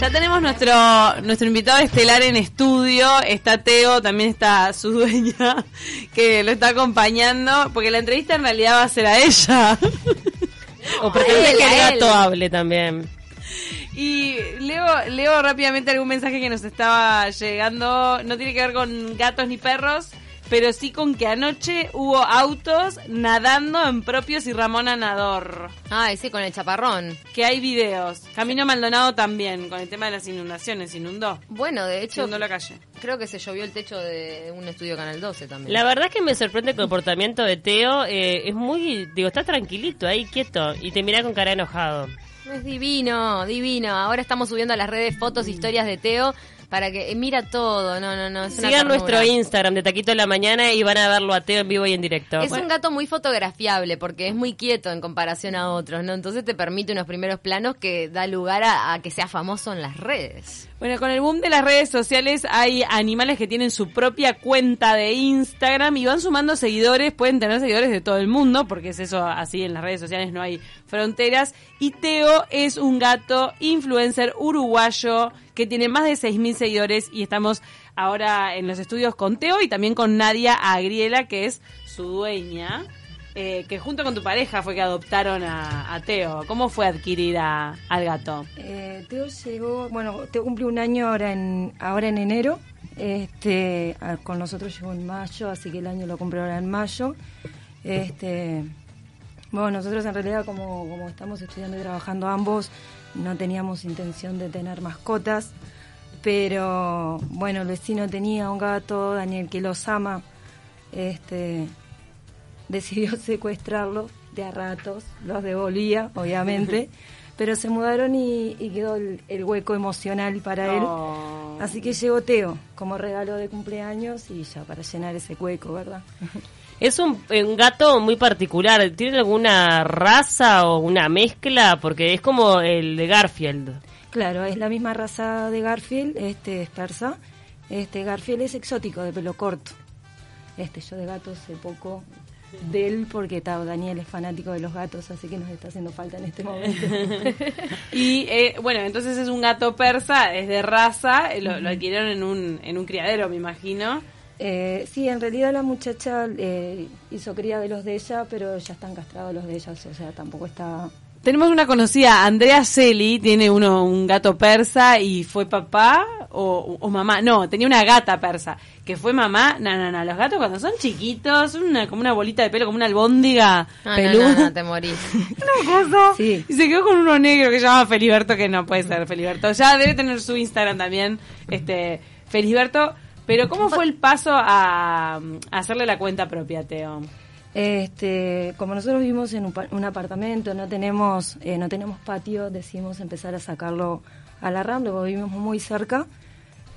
ya tenemos nuestro nuestro invitado estelar en estudio. Está Teo, también está su dueña, que lo está acompañando, porque la entrevista en realidad va a ser a ella. O pretende que el gato hable también. Y leo, leo rápidamente algún mensaje que nos estaba llegando. No tiene que ver con gatos ni perros, pero sí con que anoche hubo autos nadando en propios y Ramona Nador. Ay, sí, con el chaparrón. Que hay videos. Camino Maldonado también, con el tema de las inundaciones, inundó. Bueno, de hecho, Inundó la calle. creo que se llovió el techo de un estudio Canal 12 también. La verdad es que me sorprende el comportamiento de Teo. eh, es muy. Digo, está tranquilito ahí, quieto. Y te mira con cara enojado. Es divino, divino. Ahora estamos subiendo a las redes fotos, Mm. historias de Teo para que eh, mira todo. No, no, no. Es una Sigan nuestro ternura. Instagram de Taquito de la Mañana y van a verlo a Teo en vivo y en directo. Es un gato muy fotografiable porque es muy quieto en comparación a otros, ¿no? Entonces te permite unos primeros planos que da lugar a, a que sea famoso en las redes. Bueno, con el boom de las redes sociales hay animales que tienen su propia cuenta de Instagram y van sumando seguidores, pueden tener seguidores de todo el mundo, porque es eso así, en las redes sociales no hay fronteras. Y Teo es un gato influencer uruguayo que tiene más de 6.000 seguidores y estamos ahora en los estudios con Teo y también con Nadia Agriela, que es su dueña, eh, que junto con tu pareja fue que adoptaron a, a Teo. ¿Cómo fue adquirir a- al gato? Eh, Teo llegó, bueno, Teo cumple un año ahora en, ahora en enero. Este, a- con nosotros llegó en mayo, así que el año lo cumple ahora en mayo. Este, bueno, nosotros en realidad como, como estamos estudiando y trabajando ambos, no teníamos intención de tener mascotas, pero bueno, el vecino tenía un gato, Daniel que los ama, este, decidió secuestrarlo de a ratos, los devolvía, obviamente, pero se mudaron y, y quedó el, el hueco emocional para Oh. él. Así que llegó Teo como regalo de cumpleaños y ya para llenar ese hueco, ¿verdad? Es un, eh, un gato muy particular. ¿Tiene alguna raza o una mezcla? Porque es como el de Garfield. Claro, es la misma raza de Garfield, este es persa. Este Garfield es exótico, de pelo corto. Este yo de gato sé poco de él porque ta, Daniel es fanático de los gatos, así que nos está haciendo falta en este momento. Y eh, bueno, entonces es un gato persa, es de raza, eh, lo, lo adquirieron en un, en un criadero, me imagino. Eh, sí, en realidad la muchacha eh, hizo cría de los de ella, pero ya están castrados los de ellas, o sea, tampoco está... Tenemos una conocida, Andrea Celi, tiene uno un gato persa y fue papá o, o mamá. No, tenía una gata persa que fue mamá. No, no, no, los gatos cuando son chiquitos, una como una bolita de pelo, como una albóndiga Ah, no, peluda. no, no, te morís. cosa. Sí. Y se quedó con uno negro que se llama Feliberto, que no puede ser Feliberto. Ya debe tener su Instagram también, este Feliberto. Pero ¿cómo fue el paso a, mm, a hacerle la cuenta propia, Teo? Este, como nosotros vivimos en un, pa- un apartamento, no tenemos, eh, no tenemos patio, decidimos empezar a sacarlo a la rambla, porque vivimos muy cerca.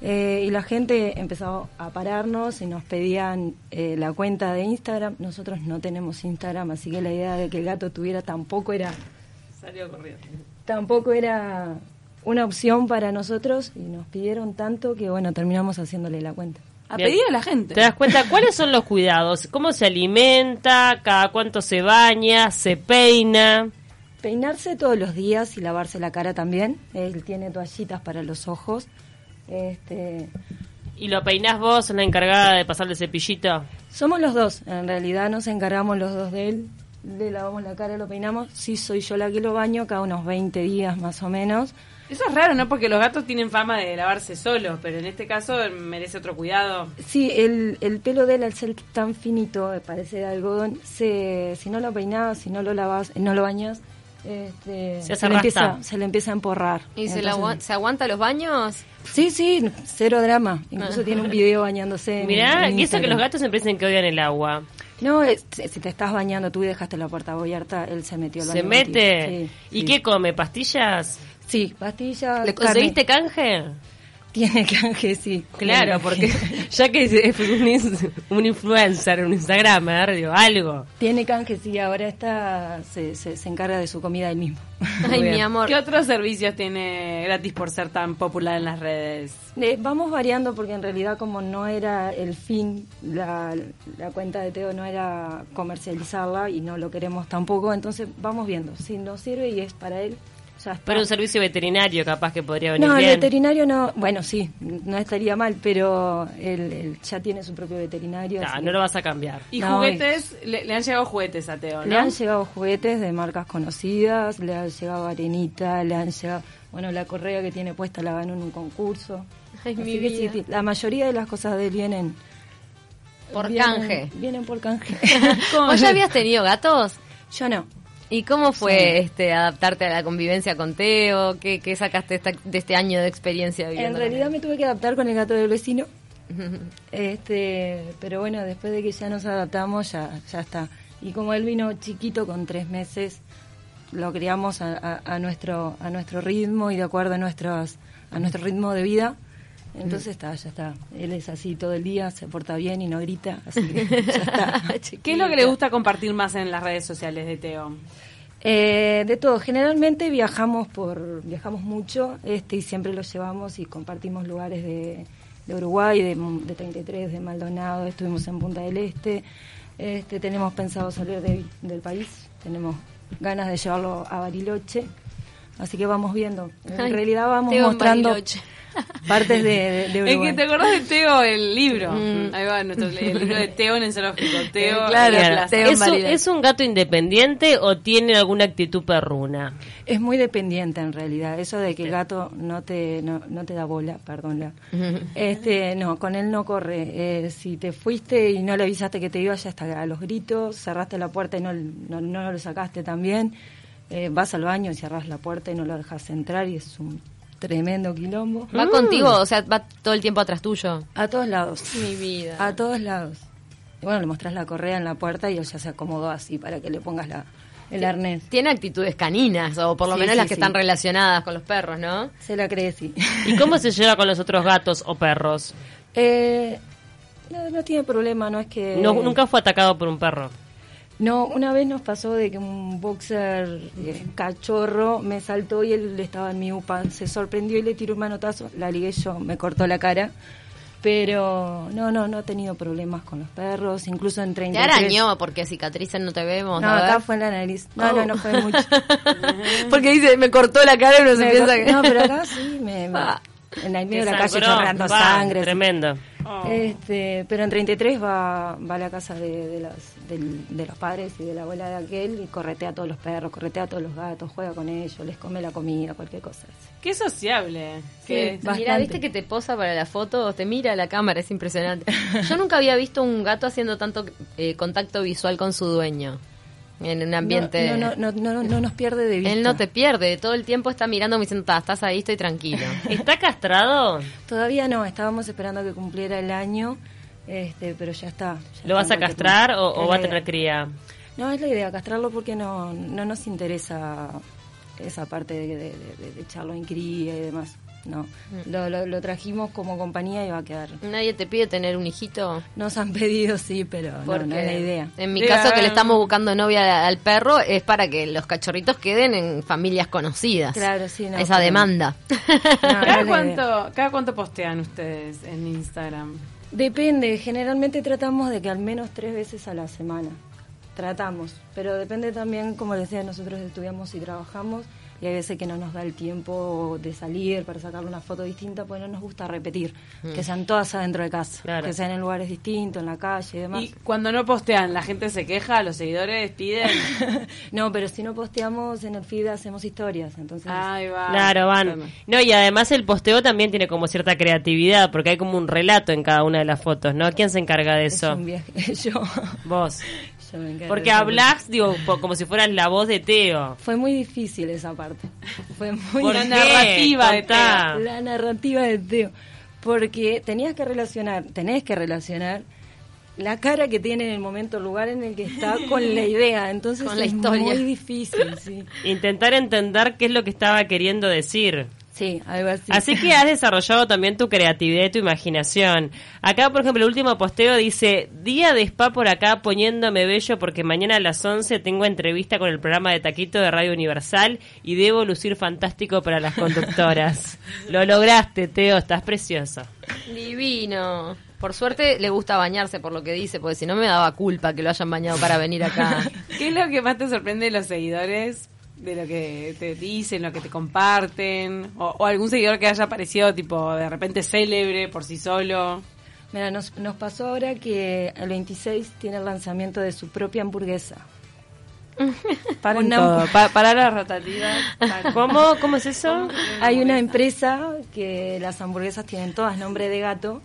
eh, y la gente empezó a pararnos y nos pedían eh, la cuenta de Instagram. Nosotros no tenemos Instagram, así que la idea de que el gato tuviera tampoco era Salió corriendo. tampoco era una opción para nosotros y nos pidieron tanto que bueno terminamos haciéndole la cuenta. A Bien. pedido de la gente. ¿Te das cuenta cuáles son los cuidados? ¿Cómo se alimenta? ¿Cada cuánto se baña? ¿Se peina? Peinarse todos los días y lavarse la cara también. Él tiene toallitas para los ojos. Este, ¿Y lo peinás vos, la encargada de pasarle cepillito? somos los dos, en realidad nos encargamos los dos de él. Le lavamos la cara, lo peinamos. Sí, soy yo la que lo baño cada unos 20 días más o menos. Eso es raro, ¿no? Porque los gatos tienen fama de lavarse solos, pero en este caso merece otro cuidado. Sí, el, el pelo de él al ser tan finito, eh, parece de algodón, se, si no lo peinás, si no lo lavas, no lo bañas, este, Se hace le empieza, rasta. se le empieza a emporrar. ¿Y se, Entonces- la agua- se aguanta los baños? Sí, sí, cero drama. Ah. Incluso tiene un video bañándose. en- Mirá, en y eso que Instagram. los gatos empiezan que odian el agua. No, es- si te estás bañando tú y dejaste la puerta abierta, él se metió. al Se baño mete. contigo. Sí, ¿Y sí. qué come? ¿Pastillas? Sí, pastillas. ¿Le carne. conseguiste canje? Tiene canje, sí. Claro, Tiene porque canje. ya que es un, ins- un influencer, un Instagramer, digo, algo. Tiene canje, sí. Ahora está, se, se, se encarga de su comida él mismo. Ay, bien. mi amor. ¿Qué otros servicios tiene gratis por ser tan popular en las redes? Eh, vamos variando porque en realidad como no era el fin, la, la cuenta de Teo no era comercializarla y no lo queremos tampoco, entonces vamos viendo. Si nos sirve y es para él, ya está. Pero un servicio veterinario capaz que podría venir no, el bien. veterinario no, bueno, sí, no estaría mal, pero él, él ya tiene su propio veterinario. Ah, así no que- lo vas a cambiar. Y No, juguetes, le, le han llegado juguetes a Teo, ¿no? Le han llegado juguetes de marcas conocidas, le han llegado arenita, le han llegado, bueno, la correa que tiene puesta la ganó en un concurso. Ay, mi que vida. sí, la mayoría de las cosas de él vienen Por vienen- canje. Vienen por canje. ¿Vos ya habías tenido gatos? Yo no. ¿Y cómo fue este adaptarte a la convivencia con Teo? ¿Qué, qué sacaste esta- de este año de experiencia En viviendo? con realidad él? me tuve que adaptar con el gato del vecino. Este, pero bueno, después de que ya nos adaptamos, ya, ya está. Y como él vino chiquito con tres meses, lo criamos a, a- a nuestro a nuestro ritmo y de acuerdo a nuestros a nuestro ritmo de vida. Mm. Entonces está, ya está. Él es así todo el día, se porta bien y no grita, así que ya está. ¿Qué es lo que le gusta compartir más en las redes sociales de Teo? Eh, de todo, generalmente viajamos por viajamos mucho este y siempre los llevamos y compartimos lugares de, de Uruguay, de, Mon- de 33, de Maldonado, estuvimos en Punta del Este, este tenemos pensado salir de- del país, tenemos ganas de llevarlo a Bariloche, así que vamos viendo, en Ay, realidad vamos Teo en mostrando Bariloche. partes de, de- de Es Uruguay. Mm. que te acordás de Teo, el libro. Ahí va, nuestro, el libro de Teo en el zoológico. Eh, Teo, Claro, en la Claro. plaza. Teo en ¿Es, un, Bariloche. es un gato independiente o tiene alguna actitud perruna? Es muy dependiente en realidad, eso de que el gato no te, no, no te da bola, perdón. la- Este, no, con él no corre. Eh, si te fuiste y no le avisaste que te ibas, ya está a los gritos, cerraste la puerta y no, no, no lo sacaste también, eh, vas al baño y cerrás la puerta y no lo dejas entrar y es un tremendo quilombo. ¿Va contigo? O sea, va todo el tiempo atrás tuyo. A todos lados. Mi vida. A todos lados. Y bueno, le mostrás la correa en la puerta y él ya se acomodó así para que le pongas la, el arnés. Tiene actitudes caninas, o por lo Sí, menos sí, las que sí. están relacionadas con los perros, ¿no? Se la cree, sí. ¿Y cómo se lleva con los otros gatos o perros? Eh, no, no tiene problema, no es que... No, nunca fue atacado por un perro. No, una vez nos pasó de que un boxer eh, cachorro me saltó y él estaba en mi upa. Se sorprendió y le tiró un manotazo. La ligué yo, me cortó la cara. Pero no, no, no he tenido problemas con los perros, incluso en Te 33... arañó porque cicatrices no te vemos. No, a ver. Oh. acá fue en la nariz. No, no, no fue mucho. porque dice, me cortó la cara y uno se Me piensa co- que... No, pero acá sí, me, me- Ah. en el medio Te de la calle sangró, chorreando va, sangre. sí. Tremendo. Este, pero en 33 va, va a la casa de, de las- del- de los padres y de la abuela de aquel y corretea a todos los perros, corretea a todos los gatos, juega con ellos, les come la comida, cualquier cosa. así. Qué sociable. Sí, Qué- mira, bastante. viste que te posa para la foto, te mira a la cámara, es impresionante. Yo nunca había visto un gato haciendo tanto eh, contacto visual con su dueño en un ambiente. No, no, no, no, no, no nos pierde de vista. Él no te pierde, todo el tiempo está mirando me diciendo, "Ta, estás ahí, estoy tranquilo. ¿Está castrado? Todavía no, estábamos esperando que cumpliera el año, este, pero ya está. ya ¿Lo vas está a en cualquier castrar o, momento. o Es va a la tener idea. cría? No, es la idea, castrarlo porque no, no nos interesa esa parte de, de- de- de echarlo en cría y demás. No, lo, lo- lo trajimos como compañía y va a quedar. Nadie te pide tener un hijito. Nos han pedido, sí, pero no, Porque no es la idea. en mi Mira, caso que eh. le estamos buscando novia al perro es para que los cachorritos queden en familias conocidas. Claro, sí, no, Esa pero- demanda. No, no es ¿Cada, la idea. cuánto, ¿Cada cuánto postean ustedes en Instagram? Depende, generalmente tratamos de que al menos tres veces a la semana. Tratamos, pero depende también, como les decía, nosotros estudiamos y trabajamos y hay veces que no nos da el tiempo de salir para sacar una foto distinta, pues no nos gusta repetir, que sean todas adentro de casa, Mm. Claro. que sean en lugares distintos, en la calle y demás. Y cuando no postean, ¿la gente se queja? ¿Los seguidores piden? no, pero si no posteamos en el feed hacemos historias, entonces... Ah, Ahí va. Claro, van. No, y además el posteo también tiene como cierta creatividad, porque hay como un relato en cada una de las fotos, ¿no? ¿Quién se encarga de es eso? un viaje. Yo, Vos. yo me encargo Porque de eso. hablas, digo, po- como si fueras la voz de Teo. Fue muy difícil esa parte. Fue muy ¿Por La qué? narrativa de Contá. la narrativa de Teo. Porque tenías que relacionar, tenés que relacionar la cara que tiene en el momento, el lugar en el que está, con la idea. Entonces Con la es historia. muy difícil, sí. Intentar entender qué es lo que estaba queriendo decir. Sí, algo así. Así que has desarrollado también tu creatividad y tu imaginación. Acá, por ejemplo, el último posteo dice, día de spa por acá poniéndome bello porque mañana a las 11 tengo entrevista con el programa de Taquito de Radio Universal y debo lucir fantástico para las conductoras. Lo lograste, Teo, estás preciosa. Divino. Por suerte le gusta bañarse por lo que dice, porque si no me daba culpa que lo hayan bañado para venir acá. ¿Qué es lo que más te sorprende de los seguidores? de lo que te dicen, lo que te comparten, o, o algún seguidor que haya aparecido tipo de repente célebre por sí solo. Mira, nos, nos pasó ahora que el 26 tiene el lanzamiento de su propia hamburguesa. Para Una- todo, pa- para las rotativas. paren. ¿Cómo, ¿Cómo es eso? Hay una empresa que las hamburguesas tienen todas nombre de gato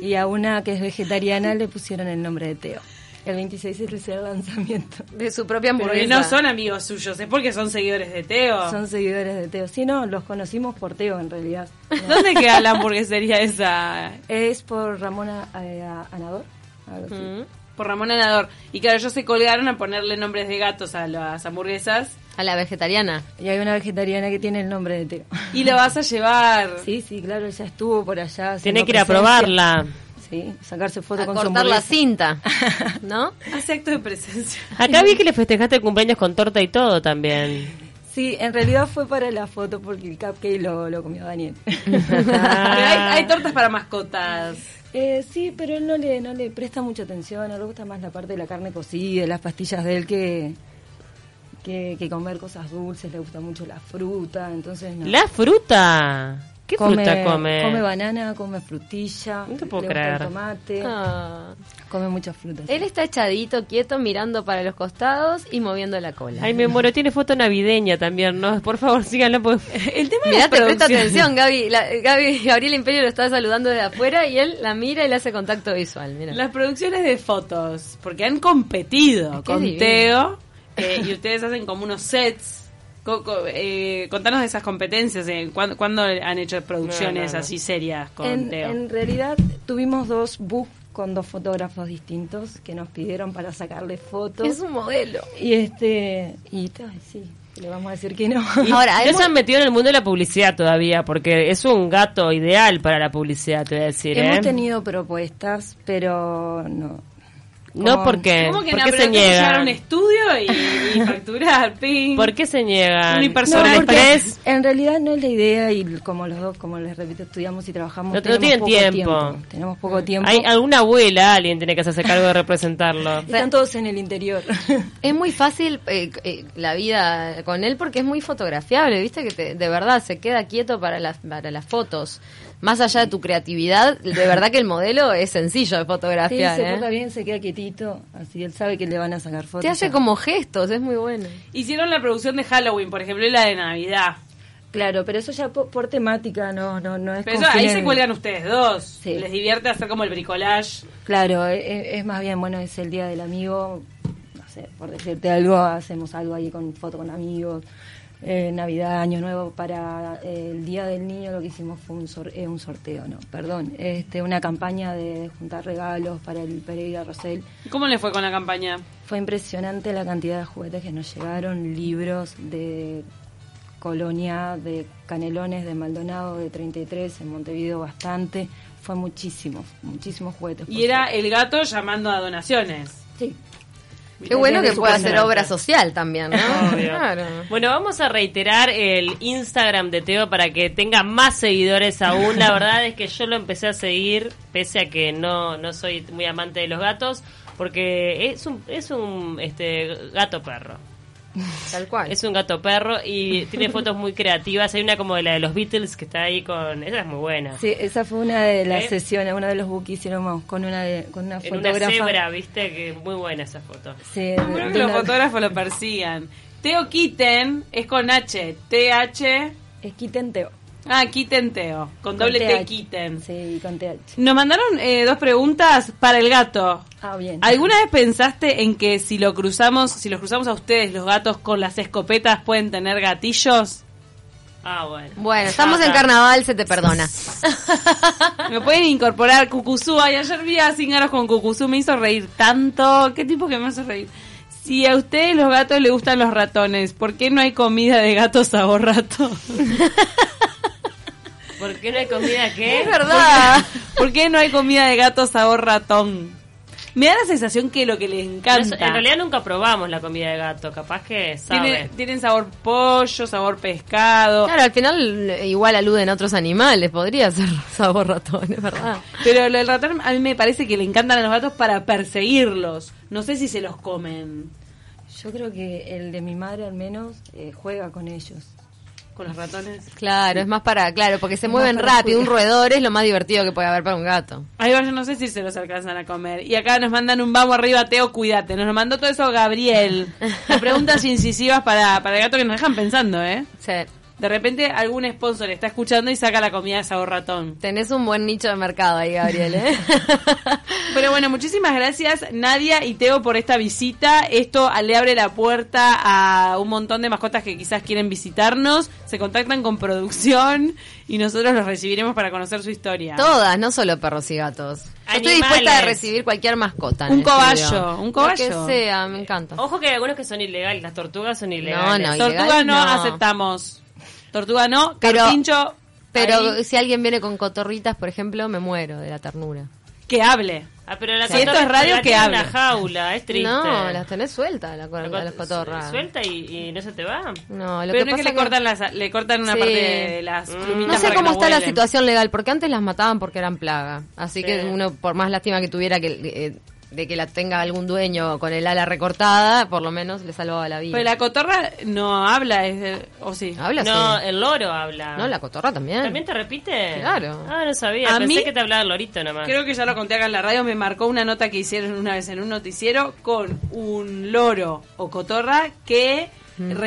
y a una que es vegetariana le pusieron el nombre de Teo. El 26 es el lanzamiento. De su propia Pero hamburguesa. que no son amigos suyos, es porque son seguidores de Teo. Son seguidores de Teo. Sí, no, los conocimos por Teo en realidad. ¿Dónde queda la hamburguesería esa? Es por Ramona eh, a- Anador. algo así. Mm. Por Ramón Anador. Y claro, ellos se colgaron a ponerle nombres de gatos a las hamburguesas. A la vegetariana. Y hay una vegetariana que tiene el nombre de Teo. Y la vas a llevar. Sí, sí, claro, ella estuvo por allá. haciendo Tiene que ir a presencia. probarla. Sí, sacarse foto A con cortar la su hamburguesa. cinta. ¿No? Hace acto de presencia. Acá vi que le festejaste el cumpleaños con torta y todo también. Sí, en realidad fue para la foto porque el cupcake lo, lo comió Daniel. Pero hay, Ah. hay tortas para mascotas. Eh, sí, pero él no le, no le presta mucha atención, no le gusta más la parte de la carne cocida, las pastillas de él que, que, que comer cosas dulces, le gusta mucho la fruta, entonces no. La fruta. ¿Qué fruta come? Come banana, come frutilla, No te puedo le gusta creer. Eh, el tomate, Ah. come muchas frutas. Él está echadito, quieto, mirando para los costados y moviendo la cola. Ay, me muero. Tiene foto navideña también, ¿no? Por favor, síganlo. pues. porque- El tema de Mirá, las te presta producciones- atención, Gaby. La- Gaby. Gabriel Imperio lo está saludando de afuera y él la mira y le hace contacto visual. Mira. Las producciones de fotos, porque han competido Qué con divino. Teo eh, y ustedes hacen como unos sets. Co- co- eh, contanos de esas competencias, eh, ¿cuándo, cuándo han hecho producciones No, no, no. así serias con en, Teo? en realidad tuvimos dos books con dos fotógrafos distintos que nos pidieron para sacarle fotos. Es un modelo. Y este, y ta, sí, le vamos a decir que no. Ahora, hay no se mu- han metido en el mundo de la publicidad todavía, porque es un gato ideal para la publicidad, te voy a decir. Hemos ¿eh? tenido propuestas, pero no. No, como- porque ¿Cómo que ¿Por no? qué Pero se tengo que llegar a niegan? un estudio y, y facturar, ping. ¿Por qué se niegan? Unipersonal No, porque- Express. En realidad no es la idea y como los dos, como les repito, estudiamos y trabajamos. No- no tienen tiempo. Tenemos poco tiempo. Hay alguna abuela, alguien tiene que hacerse cargo de representarlo. Están todos en el interior. Es muy fácil eh, eh, la vida con él porque es muy fotografiable, viste que te- de verdad se queda quieto para las para las fotos. Más allá de tu creatividad, de verdad que el modelo es sencillo de Sí, fotografiar. se ¿eh? porta bien, se queda quietito, así él sabe que le van a sacar fotos. Te hace ya. como gestos, es muy bueno. Hicieron la producción de Halloween, por ejemplo, y la de Navidad. Claro, pero eso ya po- por, temática, no, no, no es. Pero con eso- ahí fines se de- cuelgan ustedes dos. Sí. Les divierte hacer como el bricolage. Claro, e- e- es, más bien, bueno, es el día del amigo, no sé, por decirte algo, hacemos algo ahí con foto con amigos, eh, Navidad, Año Nuevo, para eh, el Día del Niño lo que hicimos fue un, sor- eh, un sorteo, no, perdón, este, una campaña de juntar regalos para el Pereira Rosell. ¿Cómo les fue con la campaña? Fue impresionante la cantidad de juguetes que nos llegaron, libros de Colonia, de Canelones, de Maldonado, de 33, en Montevideo bastante, fue muchísimos, muchísimos juguetes. por Y era el gato llamando a donaciones. Sí. Qué bueno que Su pueda casa. hacer obra social también, ¿no? Obvio. Claro. Bueno, vamos a reiterar el Instagram de Teo para que tenga más seguidores aún. La verdad es que yo lo empecé a seguir, pese a que no, no soy muy amante de los gatos, porque es un, es un este, gato perro. Tal cual. Es un gato perro y tiene fotos muy creativas. Hay una como de la de los Beatles que está ahí con... Esa es muy buena. Sí, esa fue una de las ¿Eh? sesiones, uno de los bookings hicieron con una, de- con una en una fotógrafa. cebra, viste, que es muy buena esa foto. Sí, de- Bueno, de que los una- fotógrafos lo persigan. Teo Kitten es con H. TH. Es Kitten Teo. Ah, Kitten Teo. Con, Con doble T TH. Kitten. Sí, con TH. Nos mandaron eh, dos preguntas para el gato. Ah, bien. ¿Alguna vez pensaste en que si lo cruzamos, si los cruzamos a ustedes los gatos con las escopetas pueden tener gatillos? Ah, bueno. Bueno, estamos en Ajá. carnaval, se te perdona. Me pueden incorporar Cucuzú. Ay, ayer vi a Cingaros con Cucuzú, me hizo reír tanto. Qué tipo que me hace reír. Si a ustedes los gatos les gustan los ratones, ¿por qué no hay comida de gato sabor rato? ¿Por qué no hay comida Es que... verdad. ¿Por qué no hay comida de gato sabor ratón? Me da la sensación que lo que les encanta. En realidad nunca probamos la comida de gato, capaz que sabe. tiene, tienen sabor pollo, sabor pescado. Claro, al final eh, igual aluden otros animales, podría ser sabor ratón, es verdad. Pero lo del ratón a mí me parece que le encantan a los gatos para perseguirlos. No sé si se los comen. Yo creo que el de mi madre al menos eh, juega con ellos. Con los ratones. Claro, es más para, claro, porque se Más mueven para rápido. Un jugar. roedor es lo más divertido que puede haber para un gato. Ahí va, yo no sé si se los alcanzan a comer. Y acá nos mandan un vamos arriba, Teo, cuídate. Nos lo mandó todo eso Gabriel. Las preguntas incisivas para, para el gato que nos dejan pensando, ¿eh? Sí. De repente algún sponsor está escuchando y saca la comida de sabor ratón. Tenés un buen nicho de mercado ahí, Gabriel. ¿eh? Pero bueno, muchísimas gracias Nadia y Teo por esta visita. Esto le abre la puerta a un montón de mascotas que quizás quieren visitarnos. Se contactan con producción y nosotros los recibiremos para conocer su historia. Todas, no solo perros y gatos. Yo estoy Animales. dispuesta a recibir cualquier mascota. en Un el estudio. cobayo, un Lo cobayo. que sea, me encanta. Ojo que hay algunos que son ilegales, las tortugas son ilegales. no, Tortuga ilegal, no, no. aceptamos. Tortuga no, Pero- carpincho Pero ahí, si alguien viene con cotorritas, por ejemplo, me muero de la ternura. que hable. Ah, pero la Si esto cotorra es radio, la que tiene hable. en una jaula, es triste. No, las tenés sueltas, la, cor- La a las cot- cotorras. Suelta y, y no se te va. No, lo Pero que no es que pasa le cortan, las, le cortan una Sí. parte de las Mm. plumitas No sé para que cómo está la vuelen. situación legal, porque antes las mataban porque eran plaga. Así Sí. que uno, por más lástima que tuviera que, eh, de que la tenga algún dueño con el ala recortada, por lo menos le salvaba la vida. Pero la cotorra no habla, es de- o sí. Habla no, sí. el loro habla. No, la cotorra también. ¿También te repite? Claro. Ah, no sabía. A Pensé mí- que te hablaba el lorito nomás. Creo que ya lo conté acá en la radio, me marcó una nota que hicieron una vez en un noticiero con un loro o cotorra que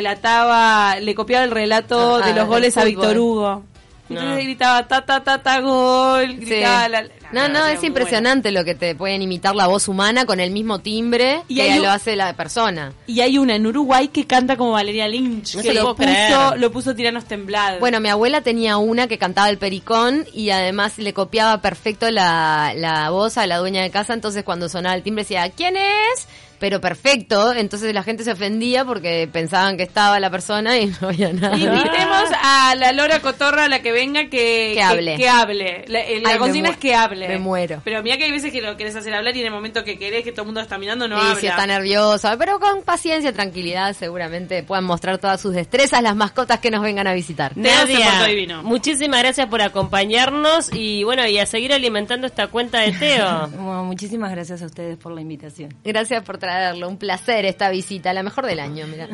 relataba, le copiaba el relato Mm. Ah, de los del goles a fútbol. Víctor Hugo. Entonces No. gritaba ta ta ta ta gol, Sí. gritaba la- la- no, no, era es muy impresionante lo que te pueden imitar la voz humana con el mismo timbre Y hay que un- lo hace la persona. bueno. Y hay una en Uruguay que canta como Valeria Lynch, No que se lo lo, puedo puso, creer. lo puso Tiranos Temblados. Bueno, mi abuela tenía una que cantaba el pericón y además le copiaba perfecto la, la voz a la dueña de casa, entonces cuando sonaba el timbre decía, ¿quién es? Pero perfecto, entonces la gente se ofendía porque pensaban que estaba la persona y no había nada. Invitemos a la Lora Cotorra, a la que venga, que, Que hable. Que, hable. La, eh, la Ay, me consigna mu- es que hable. me muero. Pero mira que hay veces que lo querés hacer hablar y en el momento que querés, que todo el mundo está mirando, no y habla. si está nerviosa, pero con paciencia, tranquilidad, seguramente puedan mostrar todas sus destrezas las mascotas que nos vengan a visitar. Teo se portó Nadia, divino. muchísimas gracias por acompañarnos y bueno, y a seguir alimentando esta cuenta de Teo. Bueno, muchísimas gracias a ustedes por la invitación. Gracias por traerlo, un placer esta visita, la mejor del año, mira.